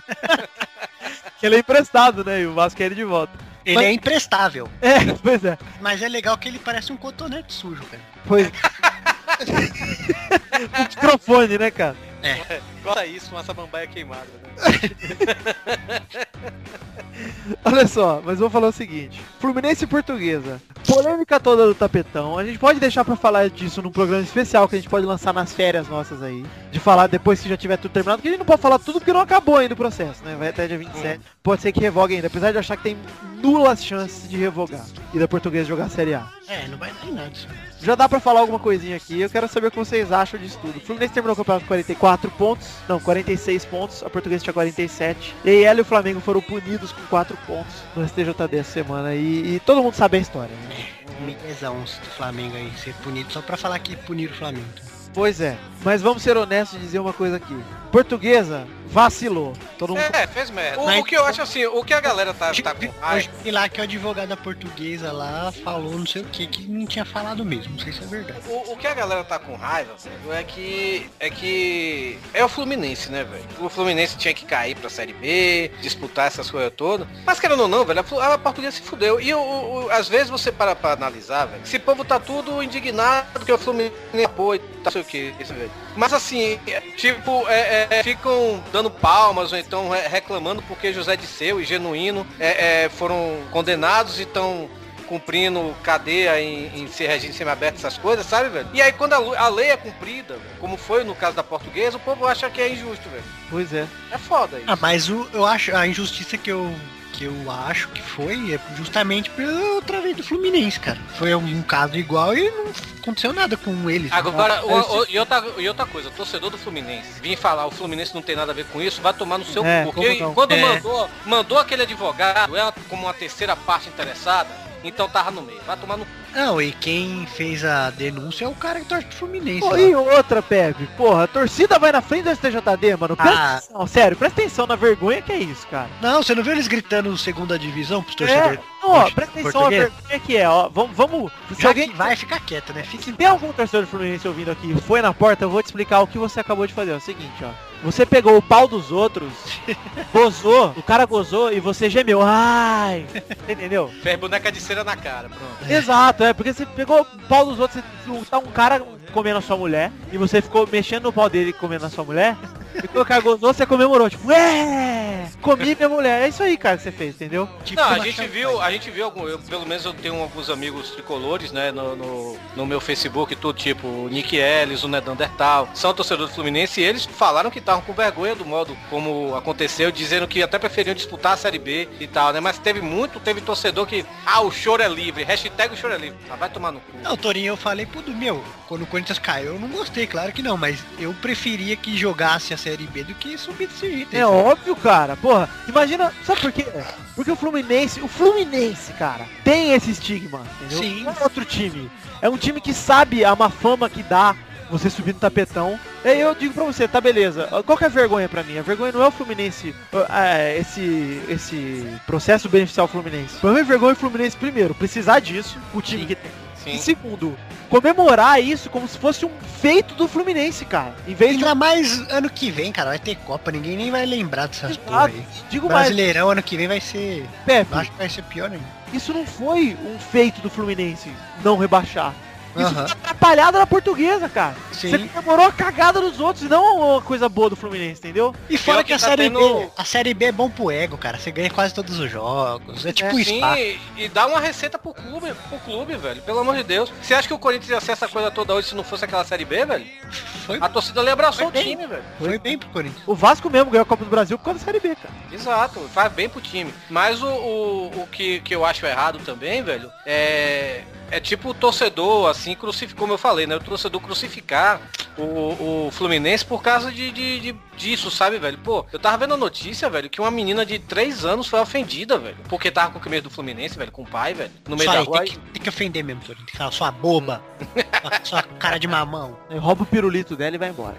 Que ele é emprestado, né? E o Vasco quer ele de volta.
Ele
Mas-
é imprestável.
É, pois é.
Mas é legal que ele parece um cotonete sujo, cara.
Pois. é. o microfone, né, cara?
Olha isso, uma samambaia queimada. Né?
Olha só, mas vou falar o seguinte. Fluminense e Portuguesa. Polêmica toda do tapetão. A gente pode deixar pra falar disso num programa especial que a gente pode lançar nas férias nossas aí. De falar depois que já tiver tudo terminado, porque a gente não pode falar tudo porque não acabou ainda o processo, né? Vai até dia 27. Pode ser que revogue ainda, apesar de eu achar que tem nulas chances de revogar. E da Portuguesa jogar a Série A.
É, não vai dar em nada. isso.
Já dá pra falar alguma coisinha aqui. Eu quero saber o que vocês acham disso tudo. O Fluminense terminou o campeonato com 44 pontos. Não, 46 pontos. A Portuguesa tinha 47. E aí ela e o Flamengo foram punidos com 4 pontos no STJD essa semana. E, e todo mundo sabe a história, né?
Miguezão do Flamengo aí, ser punido só pra falar que puniram o Flamengo.
Pois é. Mas vamos ser honestos e dizer uma coisa aqui. Portuguesa vacilou. Todo mundo...
É, fez merda. O,
Mas-
o que eu acho assim, o que a galera tá, tá com
Hoje
raiva.
vi lá que a advogada portuguesa lá falou não sei o que, que não tinha falado mesmo, não sei se é verdade.
O, o que a galera tá com raiva, velho, é que. É que. É o Fluminense, né, velho? O Fluminense tinha que cair pra Série B, disputar essas coisas todas. Mas querendo ou não, velho, a Flu- a, portuguesa se fudeu. E o- o- o- às vezes você para pra analisar, velho. Esse povo tá tudo indignado que o Fluminense apoia, tá, não sei o que, esse velho. Mas assim, é, tipo, é, é, é, ficam dando palmas ou então é, reclamando porque José Disseu e Genuíno é, é, foram condenados e estão cumprindo cadeia em, em ser regime semiaberto, essas coisas, sabe, velho? E aí quando a, lu- a lei é cumprida, velho, como foi no caso da portuguesa, o povo acha que é injusto, velho.
Pois é.
É foda isso.
Ah, mas o, eu acho, a injustiça que eu, que eu acho que foi é justamente pela outra vez do Fluminense, cara. Foi um caso igual e não aconteceu nada com eles.
Agora, o- o- e, outra, e outra coisa, o torcedor do Fluminense, vim falar, o Fluminense não tem nada a ver com isso, vai tomar no seu
É,
cu.
como
Porque
não?
quando
É.
mandou, mandou aquele advogado, ela como uma terceira parte interessada, então tava no meio. Vai tomar no cu.
Não, e quem fez a denúncia é o cara que torce pro Fluminense. né?
Pô,
lá.
e outra, Pepe. Porra, a torcida vai na frente do STJD, mano. Presta
Ah.
atenção. Sério, presta atenção na vergonha que é isso, cara.
Não, você não viu eles gritando segunda divisão pros torcedores?
É, não, ó,
Poxa,
presta atenção a
português.
vergonha que é, ó. Vamos, vamos. Se
Já
alguém
que vai ficar quieto, né? Fica
Se
em
tem algum torcedor do Fluminense ouvindo aqui e foi na porta, eu vou te explicar o que você acabou de fazer. É o seguinte, ó. Você pegou o pau dos outros, gozou, o cara gozou e você gemeu. Ai! Entendeu?
Fez boneca de cera na cara, pronto.
Exato, é porque você pegou o pau dos outros, você- tá um cara comendo a sua mulher e você ficou mexendo no pau dele comendo a sua mulher. E quando o cara gozou, você comemorou, tipo, é! Comi minha mulher. É isso aí, cara, que você fez, entendeu?
Tipo
Não, a
uma
gente
champanhe.
viu, a gente viu, algum, eu, pelo menos eu tenho alguns amigos tricolores, né, no, no, no meu Facebook, e tudo tipo, o Nick Ellis, o Nedandertal, são torcedores do Fluminense e eles falaram que estavam com vergonha do modo como aconteceu, dizendo que até preferiam disputar a Série B e tal, né, mas teve muito, teve torcedor que, ah, o choro é livre, hashtag o choro é livre, ah, vai tomar no cu.
Não, Torinho, eu falei pro do meu, quando o Corinthians caiu, eu não gostei, claro que não, mas eu preferia que jogasse a Série B do que subir desse jeito. né? aí,
É óbvio, cara. Porra, imagina, sabe por quê? Porque o Fluminense, o Fluminense, cara, tem esse estigma, entendeu?
Sim.
Não é outro time. É um time que sabe a má fama que dá, você subir no tapetão. E aí eu digo pra você, tá beleza. Qual que é a vergonha pra mim? A vergonha não é o Fluminense, ah, é esse, esse processo beneficiar o Fluminense. Pra mim, a vergonha é o Fluminense, primeiro, precisar disso, o time que tem. E
Sim.
segundo, comemorar isso como se fosse um feito do Fluminense, cara. Em vez de...
Ainda mais ano que vem, cara, vai ter Copa, ninguém nem vai lembrar dessas porra aí.
Digo
O
mais,
Brasileirão ano que vem vai ser.
Pepe,
eu Acho que vai ser pior ainda.
isso não foi um feito do Fluminense não rebaixar. Isso
Aham.
foi atrapalhado na portuguesa, cara. Você
Sim.
comemorou a cagada dos outros e não a coisa boa do Fluminense, entendeu?
E fora
Pior
que,
que
a
tá
série B.
tendo-
A série B é bom pro ego, cara. Você ganha quase todos os jogos. É tipo
É,
isso.
Sim, e dá uma receita pro clube, pro clube, velho. Pelo amor de Deus. Você acha que o Corinthians ia ser essa coisa toda hoje se não fosse aquela série B, velho?
Foi,
A torcida lhe abraçou
Foi
o
bem.
time, velho.
foi bem pro Corinthians.
O Vasco mesmo ganhou a Copa do Brasil por causa da Série B, cara.
Exato, faz bem pro time. Mas o, o, o que, que eu acho errado também, velho, é. É tipo o torcedor, assim, crucificar, como eu falei, né? O torcedor crucificar o, o Fluminense por causa de, de, de- disso, sabe, velho? Pô, eu tava vendo a notícia, velho, que uma menina de 3 anos foi ofendida, velho. Porque tava com o medo do Fluminense, velho, com o pai, velho. No meio
Só
da
aí,
rua.
tem, que, tem que ofender mesmo, Torinho. Tem que falar, sua boba. sua- sua cara de mamão.
Aí Rouba o pirulito dela e vai embora.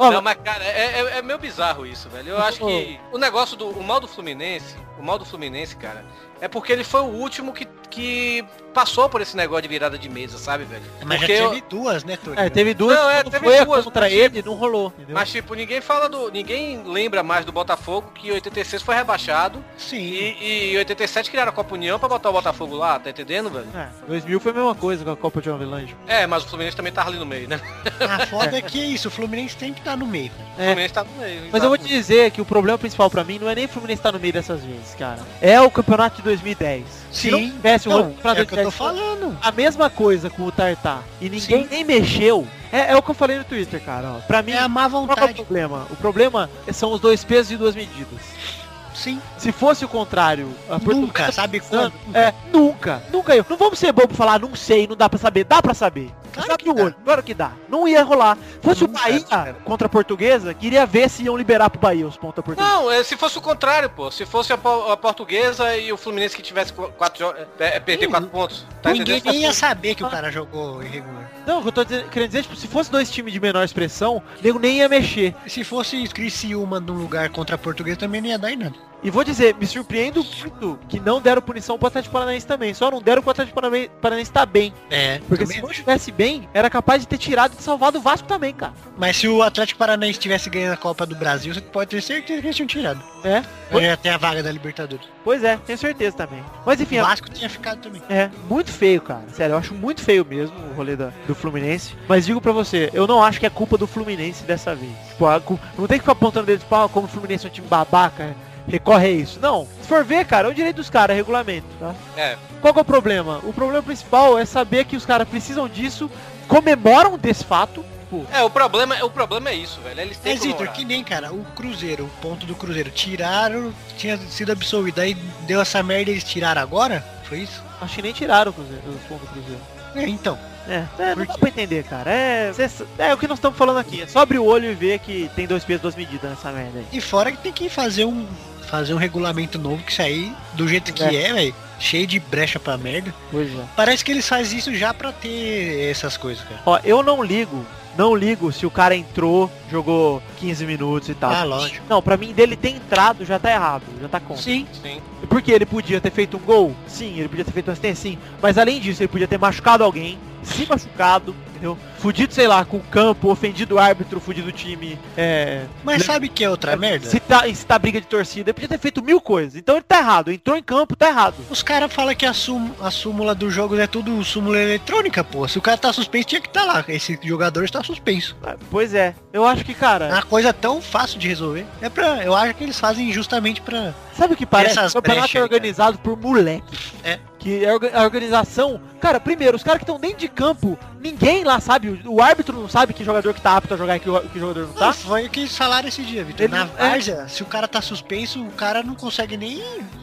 Ó,
Não, mas cara, é, é- é meio bizarro isso, velho. Eu acho que o negócio do o mal do Fluminense, o mal do Fluminense, cara, é porque ele foi o último que, que passou por esse negócio de virada de mesa, sabe, velho?
É, Mas
porque
já
eu-
teve duas, né, Torinho?
É, teve duas,
Não, é,
quando
teve
foi
duas,
contra
mas-
ele, não rolou, entendeu?
Mas tipo, ninguém fala do, ninguém lembra mais do Botafogo que em 86 foi rebaixado
Sim.
e, e em 87 criaram a Copa União pra botar o Botafogo lá, tá entendendo, velho?
É, 2000 foi a mesma coisa com a Copa de Avelange.
É, mas o Fluminense também tava ali no meio, né?
A foda é que é isso. O Fluminense tem que estar no meio. cara.
O Fluminense tá no meio.
É. Mas eu vou te dizer que o problema principal pra mim não é nem o Fluminense estar no meio dessas vezes, cara. É o campeonato de 2010. Se não
Sim.
tivesse o
Não,
outro
é
campeonato
o que eu tô falando.
a mesma coisa com o Tartar e ninguém
Sim.
nem mexeu, é, é o que eu falei no Twitter, cara. Ó. Pra mim,
É a má
qual que é o
vontade.
problema? O problema são os dois pesos e duas medidas.
Sim.
Se fosse o contrário, a
Nunca,
Portugal-
sabe
Não,
quando?
é, nunca, nunca eu. Não vamos ser bobo e falar, não sei, não dá pra saber. Dá pra saber.
Claro
Sabe
que
o
dá.
olho, claro que dá. Não ia rolar. Fosse o Bahia contra a portuguesa, queria ver se iam liberar pro Bahia os pontos da portuguesa.
Não, é, se fosse o contrário, pô. Se fosse a, po- a portuguesa e o Fluminense que tivesse qu- quatro jo- é, é, perder
Sim.
quatro pontos. Tá
Ninguém
entendendo?
nem ia saber que o cara jogou irregular.
Não, o que eu tô dizendo- querendo dizer, tipo, se fosse dois times de menor expressão, o nego nem ia mexer.
Se fosse Criciúma num lugar contra a portuguesa, também não ia dar em nada.
E vou dizer, me surpreendo muito que não deram punição pro Atlético Paranaense também. Só não deram pro Atlético Paranaense, Paranaense tá bem.
É,
Porque
também
se não estivesse bem, era capaz de ter tirado e de salvado o Vasco também, cara.
Mas se o Atlético Paranaense tivesse ganhado a Copa do Brasil, você pode ter certeza que eles tinham tirado.
É?
Mas já tem a vaga da Libertadores.
Pois é, tenho certeza também. Mas enfim,
o
é-
Vasco tinha ficado também.
é muito feio, cara. Sério, eu acho muito feio mesmo o rolê da- do Fluminense. Mas digo pra você, eu não acho que é culpa do Fluminense dessa vez. Tipo, a cu- não tem que ficar apontando dedo de pau como o Fluminense é um time babaca, recorre a isso. Não. Se for ver, cara, é o direito dos caras, é regulamento, tá?
É.
Qual que é o problema? O problema principal é saber que os caras precisam disso, comemoram um desse fato. Tipo,
É, o problema, o problema é isso, velho. Eles têm
Mas,
que
Vitor,
comemorar.
que nem, cara, o Cruzeiro, o ponto do Cruzeiro. Tiraram, tinha sido absolvido. Aí deu essa merda e eles tiraram agora? Foi isso?
acho que nem tiraram o Cruzeiro, os pontos do Cruzeiro.
É, então.
É, é, não
Por
dá
quê?
pra entender, cara. É, cê- é o que nós estamos falando aqui. É só abrir o olho e ver que tem dois pesos, duas medidas nessa merda aí.
E fora que tem que fazer um fazer um regulamento novo que isso aí, do jeito que
É.
é, velho, cheio de brecha pra merda.
Pois é.
Parece que eles fazem isso já pra ter essas coisas, cara.
Ó, eu não ligo, não ligo se o cara entrou, jogou 15 minutos e tal.
Ah, lógico.
Não, pra mim dele ter entrado já tá errado, já tá contra.
Sim.
Sim.
Porque ele podia ter feito um gol, sim, ele podia ter feito uma assistência, sim. Mas além disso, ele podia ter machucado alguém, se machucado, entendeu? Fudido, sei lá, com o campo, ofendido o árbitro, fudido o time, é,
Mas sabe que é outra merda?
Se tá, se tá briga de torcida, ele podia ter feito mil coisas. Então ele tá errado. Entrou em campo, tá errado.
Os caras falam que a, súm- a súmula do jogo é tudo súmula eletrônica, pô. Se o cara tá suspenso, tinha que tá lá. Esse jogador está suspenso.
Ah, Pois é. Eu acho que,
É
cara,
uma coisa tão fácil de resolver. É pra. Eu acho que eles fazem justamente pra.
sabe o que parece? O
Ah, essas
campeonato
brechas
é
aí,
organizado por moleque.
É.
Que é orga- a organização. Cara, primeiro, os caras que estão dentro de campo, ninguém lá sabe. o- O árbitro não sabe que jogador que tá apto a jogar e que, o- que jogador não
Tá?
tá.
foi o que eles falaram esse dia, Vitor.
Ele-
Na
é.
várzea, se o cara tá suspenso, o cara não consegue nem.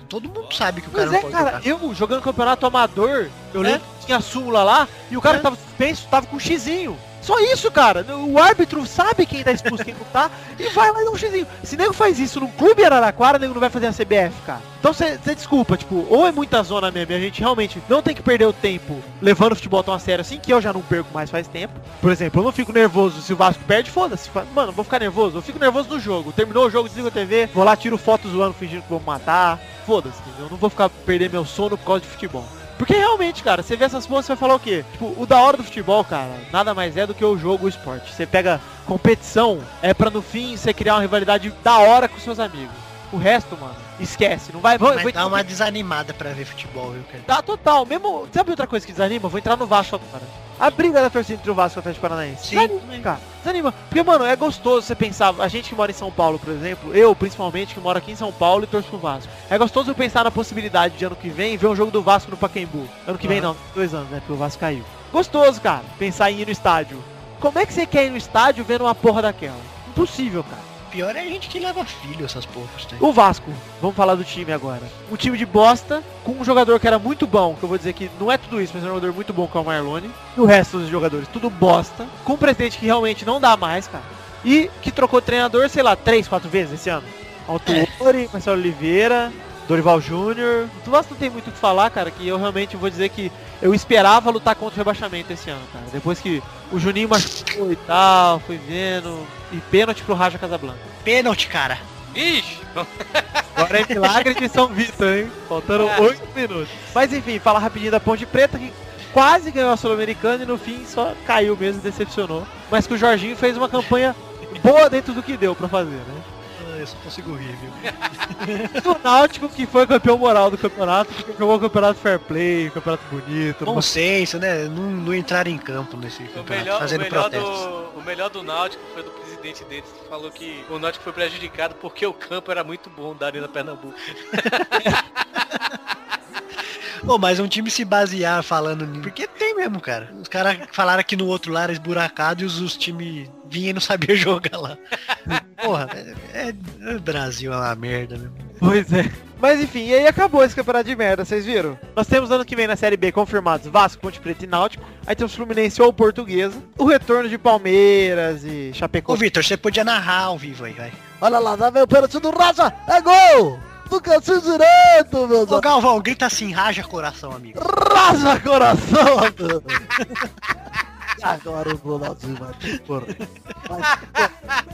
Todo mundo sabe que o cara
Pois
não
é,
pode
cara,
jogar.
eu jogando campeonato amador, eu
É.
lembro que tinha a súmula lá e o cara
É.
que tava suspenso, tava com um xizinho. Só isso, cara. O árbitro sabe quem tá expulso, quem não tá, e vai lá e dá um xizinho. Se nego faz isso num clube Araraquara, nego não vai fazer a CBF, cara. Então você desculpa, tipo, ou é muita zona mesmo, e a gente realmente não tem que perder o tempo levando o futebol tão a sério assim, que eu já não perco mais faz tempo. Por exemplo, eu não fico nervoso se o Vasco perde, foda-se. Fa- Mano, eu vou ficar nervoso. Eu fico nervoso no jogo. Terminou o jogo, desligo a TV, vou lá, tiro fotos zoando, fingindo que vou me matar. Foda-se, entendeu? Eu não vou ficar perder meu sono por causa de futebol. Porque realmente, cara, você vê essas porras, você vai falar o quê? Tipo, o da hora do futebol, cara, nada mais é do que o jogo, o esporte. Você pega competição, é pra no fim você criar uma rivalidade da hora com seus amigos. O resto, mano, esquece. Não vai. Vou,
Mas
vou-
dá uma desanimada pra ver futebol, viu, cara?
Dá Tá, total. Mesmo. Sabe outra coisa que desanima? Eu Vou entrar no Vasco agora. A briga da torcida entre o Vasco e o Atlético Paranaense.
Sim.
Desanima, cara. Desanima. Porque, mano, é gostoso você pensar. A gente que mora em São Paulo, por exemplo, eu principalmente, que moro aqui em São Paulo e torço pro Vasco. É gostoso eu pensar na possibilidade de ano que vem ver um jogo do Vasco no Pacaembu. Ano que vem não, dois anos, né? Porque o Vasco caiu. Gostoso, cara, pensar em ir no estádio. Como é que você quer ir no estádio vendo uma porra daquela? Impossível, cara.
Pior é a gente que leva filho, essas porcas. Né?
O Vasco, vamos falar do time agora. Um time de bosta, com um jogador que era muito bom, que eu vou dizer que não é tudo isso, mas é um jogador muito bom, que é o Marlone. E o resto dos jogadores, tudo bosta. Com um presidente que realmente não dá mais, cara. E que trocou treinador, sei lá, três, quatro vezes esse ano. Autori, Marcelo Oliveira, Dorival Júnior. O Vasco não tem muito o que falar, cara, que eu realmente vou dizer que eu esperava lutar contra o rebaixamento esse ano, cara. Depois que o Juninho machucou e tal, fui vendo. E pênalti pro Raja Casablanca.
Pênalti, cara.
Ixi,
Agora é milagre de São Vitor, hein? Faltaram
Ah.
oito minutos. Mas enfim, fala rapidinho da Ponte Preta que quase ganhou a Sul-Americana e no fim só caiu mesmo, decepcionou. Mas que o Jorginho fez uma campanha boa dentro do que deu pra fazer, né?
Ah, Eu só consigo rir, viu?
É O Náutico que foi campeão moral do campeonato, que jogou o campeonato fair play, campeonato bonito.
Bom senso, né? Não, não entrar em campo nesse
o
campeonato,
melhor, o,
fazendo
melhor
protestos.
do, o melhor do Náutico foi do presidente deles, que falou que o Náutico foi prejudicado porque o campo era muito bom da Arena Pernambuco.
Pô, mas um time se basear falando nisso. Porque tem mesmo, cara. Os caras falaram que no outro lá era esburacado e os, os times vinham e não sabiam jogar lá. Porra, é, é- o Brasil é uma merda mesmo.
Pois é. Mas enfim, e aí acabou esse campeonato de merda, vocês viram? Nós temos ano que vem na Série B confirmados Vasco, Ponte Preta e Náutico. Aí temos Fluminense ou Portuguesa. O retorno de Palmeiras e
Ô,
Chapecó.
Vitor, você podia narrar ao vivo aí, vai.
Olha lá, lá vem o pênalti do Raja. É gol! Do cantinho direito, meu
Ô,
Deus.
Galvão, grita assim, raja coração, amigo.
Raja coração, meu Deus. E Agora o Ronaldinho vai ter que correr. Vai ter que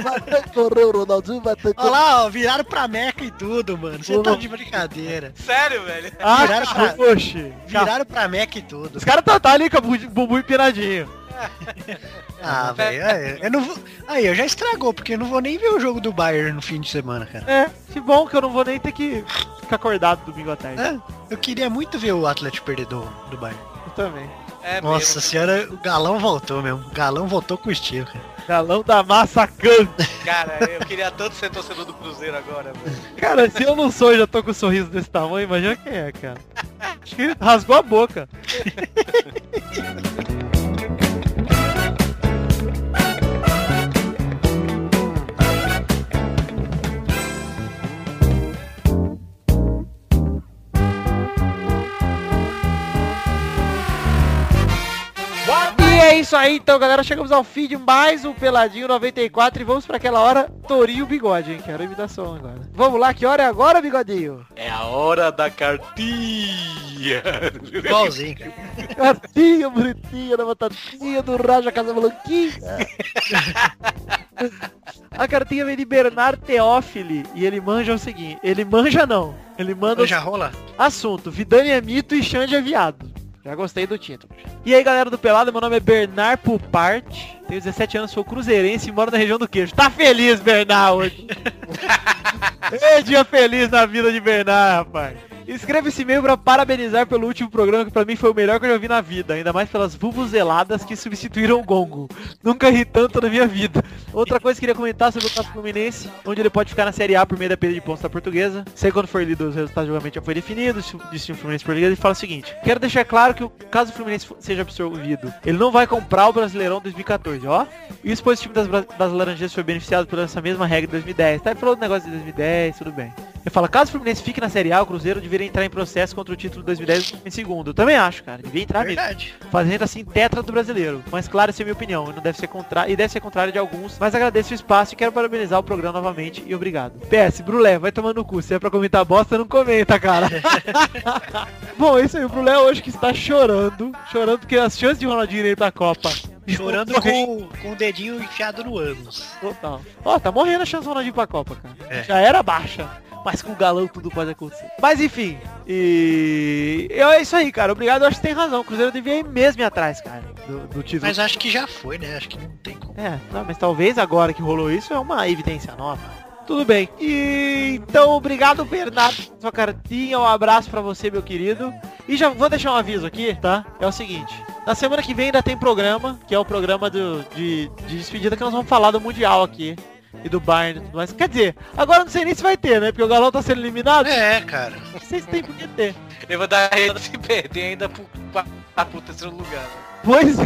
correr. Vai ter que correr o Ronaldinho, vai ter que correr.
Olha lá, ó, viraram pra Meca e tudo, mano. Você tá de brincadeira.
Sério, velho?
Ah,
Viraram
cara, oxe. Cara,
Viraram pra Meca e tudo.
Os caras tá, tá ali com a bu- bumbum empinadinho.
Ah, velho, é, eu não vou... Aí, eu já estragou, porque eu não vou nem ver o jogo do Bayern no fim de semana, cara.
É, que bom que eu não vou nem ter que ficar acordado domingo à tarde.
É, eu queria muito ver o Atlético perder do, do Bayern.
Eu também.
É
Nossa senhora, o Galão voltou mesmo. O Galão voltou com estilo, cara.
Galão da massacante.
mesmo. Cara, eu queria tanto ser torcedor do Cruzeiro agora, velho.
Cara, se eu não sou e já tô com um sorriso desse tamanho, imagina quem é, cara. Acho que rasgou a boca. E é isso aí, então, galera. Chegamos ao fim de mais um Peladinho 94 e vamos pra aquela hora Torinho Bigode, hein? Quero imitação agora. Vamos lá, que hora é agora, Bigodinho?
É a hora da cartilha.
Igualzinho, cara.
Gatinha bonitinha, na batatinha do Raja Casablanquinha.
A cartinha vem de Bernardo Teófili e ele manja o seguinte. Ele manja não. Ele manda o
Já rola?
assunto. Vidani é mito e Xande é viado. Já gostei do título. E aí, galera do Pelado, meu nome é Bernard Pupart. Tenho 17 anos, sou cruzeirense e moro na região do queijo. Tá feliz, Bernard, hoje. é dia feliz na vida de Bernard, rapaz. Escreva esse e-mail pra parabenizar pelo último programa, que pra mim foi o melhor que eu já vi na vida. Ainda mais pelas vuvuzeladas que substituíram o gongo. Nunca ri tanto na minha vida. Outra coisa que queria comentar sobre o Clássico Fluminense, onde ele pode ficar na Série A por meio da perda de pontos da portuguesa. Sei quando for lido os resultados do julgamento já foi definido, se disse o Fluminense por liga, ele fala o seguinte. Quero deixar claro que o caso o Fluminense fo- seja absorvido, ele não vai comprar o Brasileirão 2014, ó. Isso pois o time das, Bra- das Laranjeiras foi beneficiado por essa mesma regra de 2010. Tá, ele falou do negócio de 2010, tudo bem. Ele fala, caso o Fluminense fique na Série A, o Cruzeiro deveria entrar em processo contra o título de 2010 em segundo. Eu também acho, cara. Devia entrar mesmo.
Verdade.
Fazendo assim tetra do brasileiro. Mas claro, essa é a minha opinião. E não deve ser contra... E deve ser contrária de alguns. Mas agradeço o espaço e quero parabenizar o programa novamente. E obrigado. PS, Brulé, vai tomando no cu. Se é pra comentar bosta, não comenta, cara. Bom, é isso aí. O Brulé hoje que está chorando. Chorando porque as chances de Ronaldinho ir pra Copa.
Chorando
estão
com, com o dedinho enfiado no ânus.
Total. Ó, tá morrendo a chance do Ronaldinho ir pra Copa, cara.
É.
Já era baixa. Mas com o galão tudo pode acontecer. Mas enfim. E. eu- É isso aí, cara. Obrigado, eu acho que tem razão. O Cruzeiro devia ir mesmo ir atrás, cara. Do, do título.
Mas acho que já foi, né? Acho que não tem como.
É, não, mas talvez agora que rolou isso é uma evidência nova. Tudo bem. E então, obrigado, Bernardo, pela sua cartinha. Um abraço pra você, meu querido. E já vou deixar um aviso aqui, tá? É o seguinte. Na semana que vem ainda tem programa, que é o programa do- de, de despedida, que nós vamos falar do Mundial aqui. E do Bayern e tudo mais. Quer dizer, agora eu não sei nem se vai ter, né? Porque o Galão tá sendo eliminado.
É, cara.
Não sei se tem por que ter.
Eu vou dar ele se perder ainda pro, pra, pra, pro terceiro lugar.
Pois é.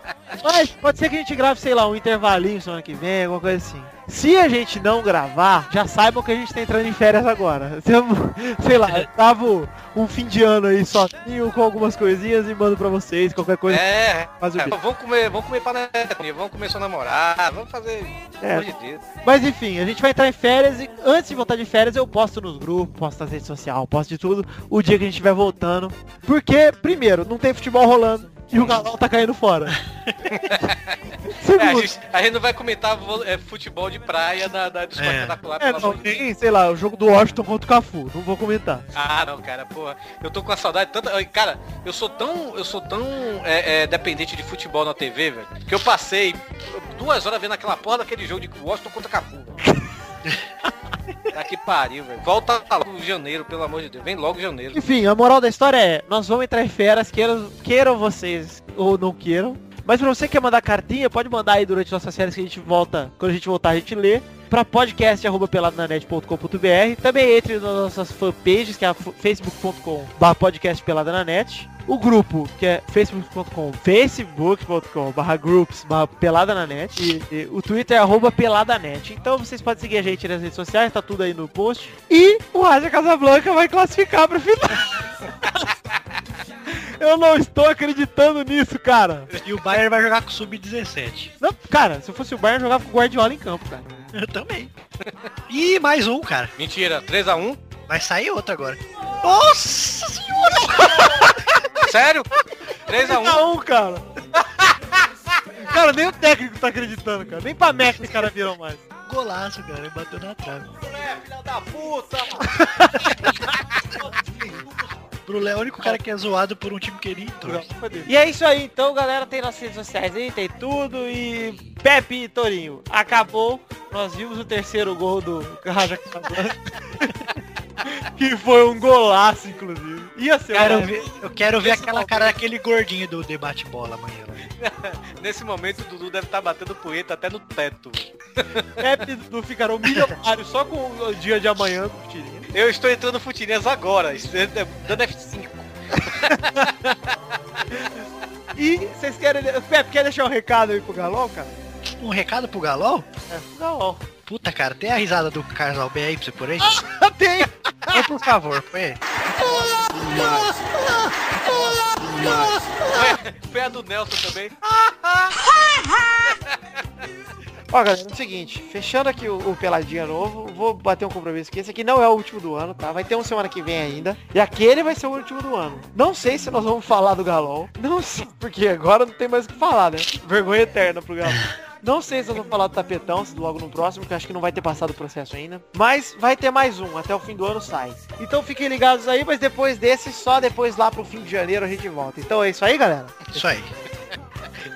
Mas pode ser que a gente grave, sei lá, um intervalinho semana que vem, alguma coisa assim. Se a gente não gravar, já saibam que a gente tá entrando em férias agora. Se eu- Sei lá, eu tava um fim de ano aí sozinho com algumas coisinhas e mando pra vocês qualquer coisa.
É,
Faz o
é,
quê?
vamos comer, vamos comer panetone, vamos comer sua namorada, vamos fazer.
É.
Pelo amor de Deus.
Mas enfim, a gente vai entrar em férias e antes de voltar de férias eu posto nos grupos, posto nas redes sociais, posto de tudo, o dia que a gente estiver voltando. Porque, primeiro, não tem futebol rolando e o galão tá caindo fora.
É, a,
Segundo,
gente, a gente não vai comentar vo- é, futebol de praia na, na discoteca
É.
da Pilar,
É,
pelo
não,
amor de Deus.
tem, sei lá, o jogo do Washington contra o Cafu, não vou comentar.
Ah, não, cara, porra. Eu tô com a saudade tanta. Ai, Cara, eu sou tão. Eu sou tão é, é, dependente de futebol na TV, velho. Que eu passei duas horas vendo aquela porra daquele jogo de Washington contra Capu. velho. Tá que pariu, velho. Volta logo janeiro, pelo amor de Deus. Vem logo janeiro.
Enfim, a moral da história é, nós vamos entrar em feras, queiram, queiram vocês ou não queiram. Mas pra você que quer mandar cartinha, pode mandar aí durante nossas férias que a gente volta, quando a gente voltar a gente lê. Pra podcast.peladananet.com.br Também entre nas nossas fanpages, que é a f- facebook.com barra podcast peladananet. O grupo, que é facebook.com facebook.com barra groups barra peladananet. E, e o Twitter é arroba peladanet. Então vocês podem seguir a gente nas redes sociais, tá tudo aí no post. E o Raja Casablanca vai classificar pro final. Eu não estou acreditando nisso, cara.
E o Bayern vai jogar com o Sub-17.
Não, cara, se eu fosse o Bayern, eu jogava com o Guardiola em campo, cara.
Eu também. E mais um, cara.
Mentira, 3x1?
Vai sair outro agora. Nossa senhora!
Sério? 3x1?
Não, um, cara. cara, nem o técnico tá acreditando, cara. Nem pra Mac os caras viram mais.
Golaço, cara. Bateu na trave.
Filha da puta!
Brulé é o único cara que é zoado por um time que ele torce.
E é isso aí, então, galera. Tem nossas redes sociais aí, tem tudo. E Pepe e Torinho, acabou. Nós vimos o terceiro gol do Raja Casablanca. que foi um golaço, inclusive. Ia ser
Quero
um-
ver, eu quero ver aquela cara daquele gordinho do debate bola amanhã. lá.
Nesse momento o Dudu deve estar batendo poeta até no teto.
Pepe e Dudu ficaram milionários só com o dia de amanhã do Tirinho.
Eu estou entrando no Futirinhas agora, isso é- dando F5.
E vocês querem... Pepe, quer deixar um recado aí pro Galol, cara?
Um recado pro Galol?
Galol.
Puta, cara, tem a risada do Carlos Albert aí pra você por aí?
Tem!
Então, por favor, põe aí.
Foi- Foi a do Nelson também.
Ó, galera, é o seguinte, fechando aqui o, o Peladinha novo, vou bater um compromisso aqui. Esse aqui não é o último do ano, tá? Vai ter um semana que vem ainda. E aquele vai ser o último do ano. Não sei se nós vamos falar do Galol. Não sei, porque agora não tem mais o que falar, né? Vergonha eterna pro Galol. Não sei se nós vamos falar do tapetão, se logo no próximo, porque acho que não vai ter passado o processo ainda. Mas vai ter mais um, até o fim do ano sai. Então fiquem ligados aí, mas depois desse, só depois lá pro fim de janeiro a gente volta. Então é isso aí, galera.
Isso aí.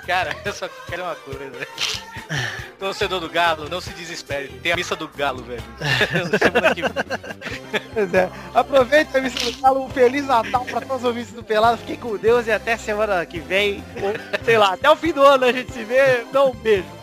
Cara, eu só quero uma coisa. Torcedor do Galo, não se desespere. Tem a missa do Galo, velho. Semana que vem.
Pois é. Aproveita a missão do Galo. Um Feliz Natal pra todos os ouvintes do Pelado. Fiquem com Deus e até semana que vem. Ou, sei lá, até o fim do ano a gente se vê. Dá um beijo.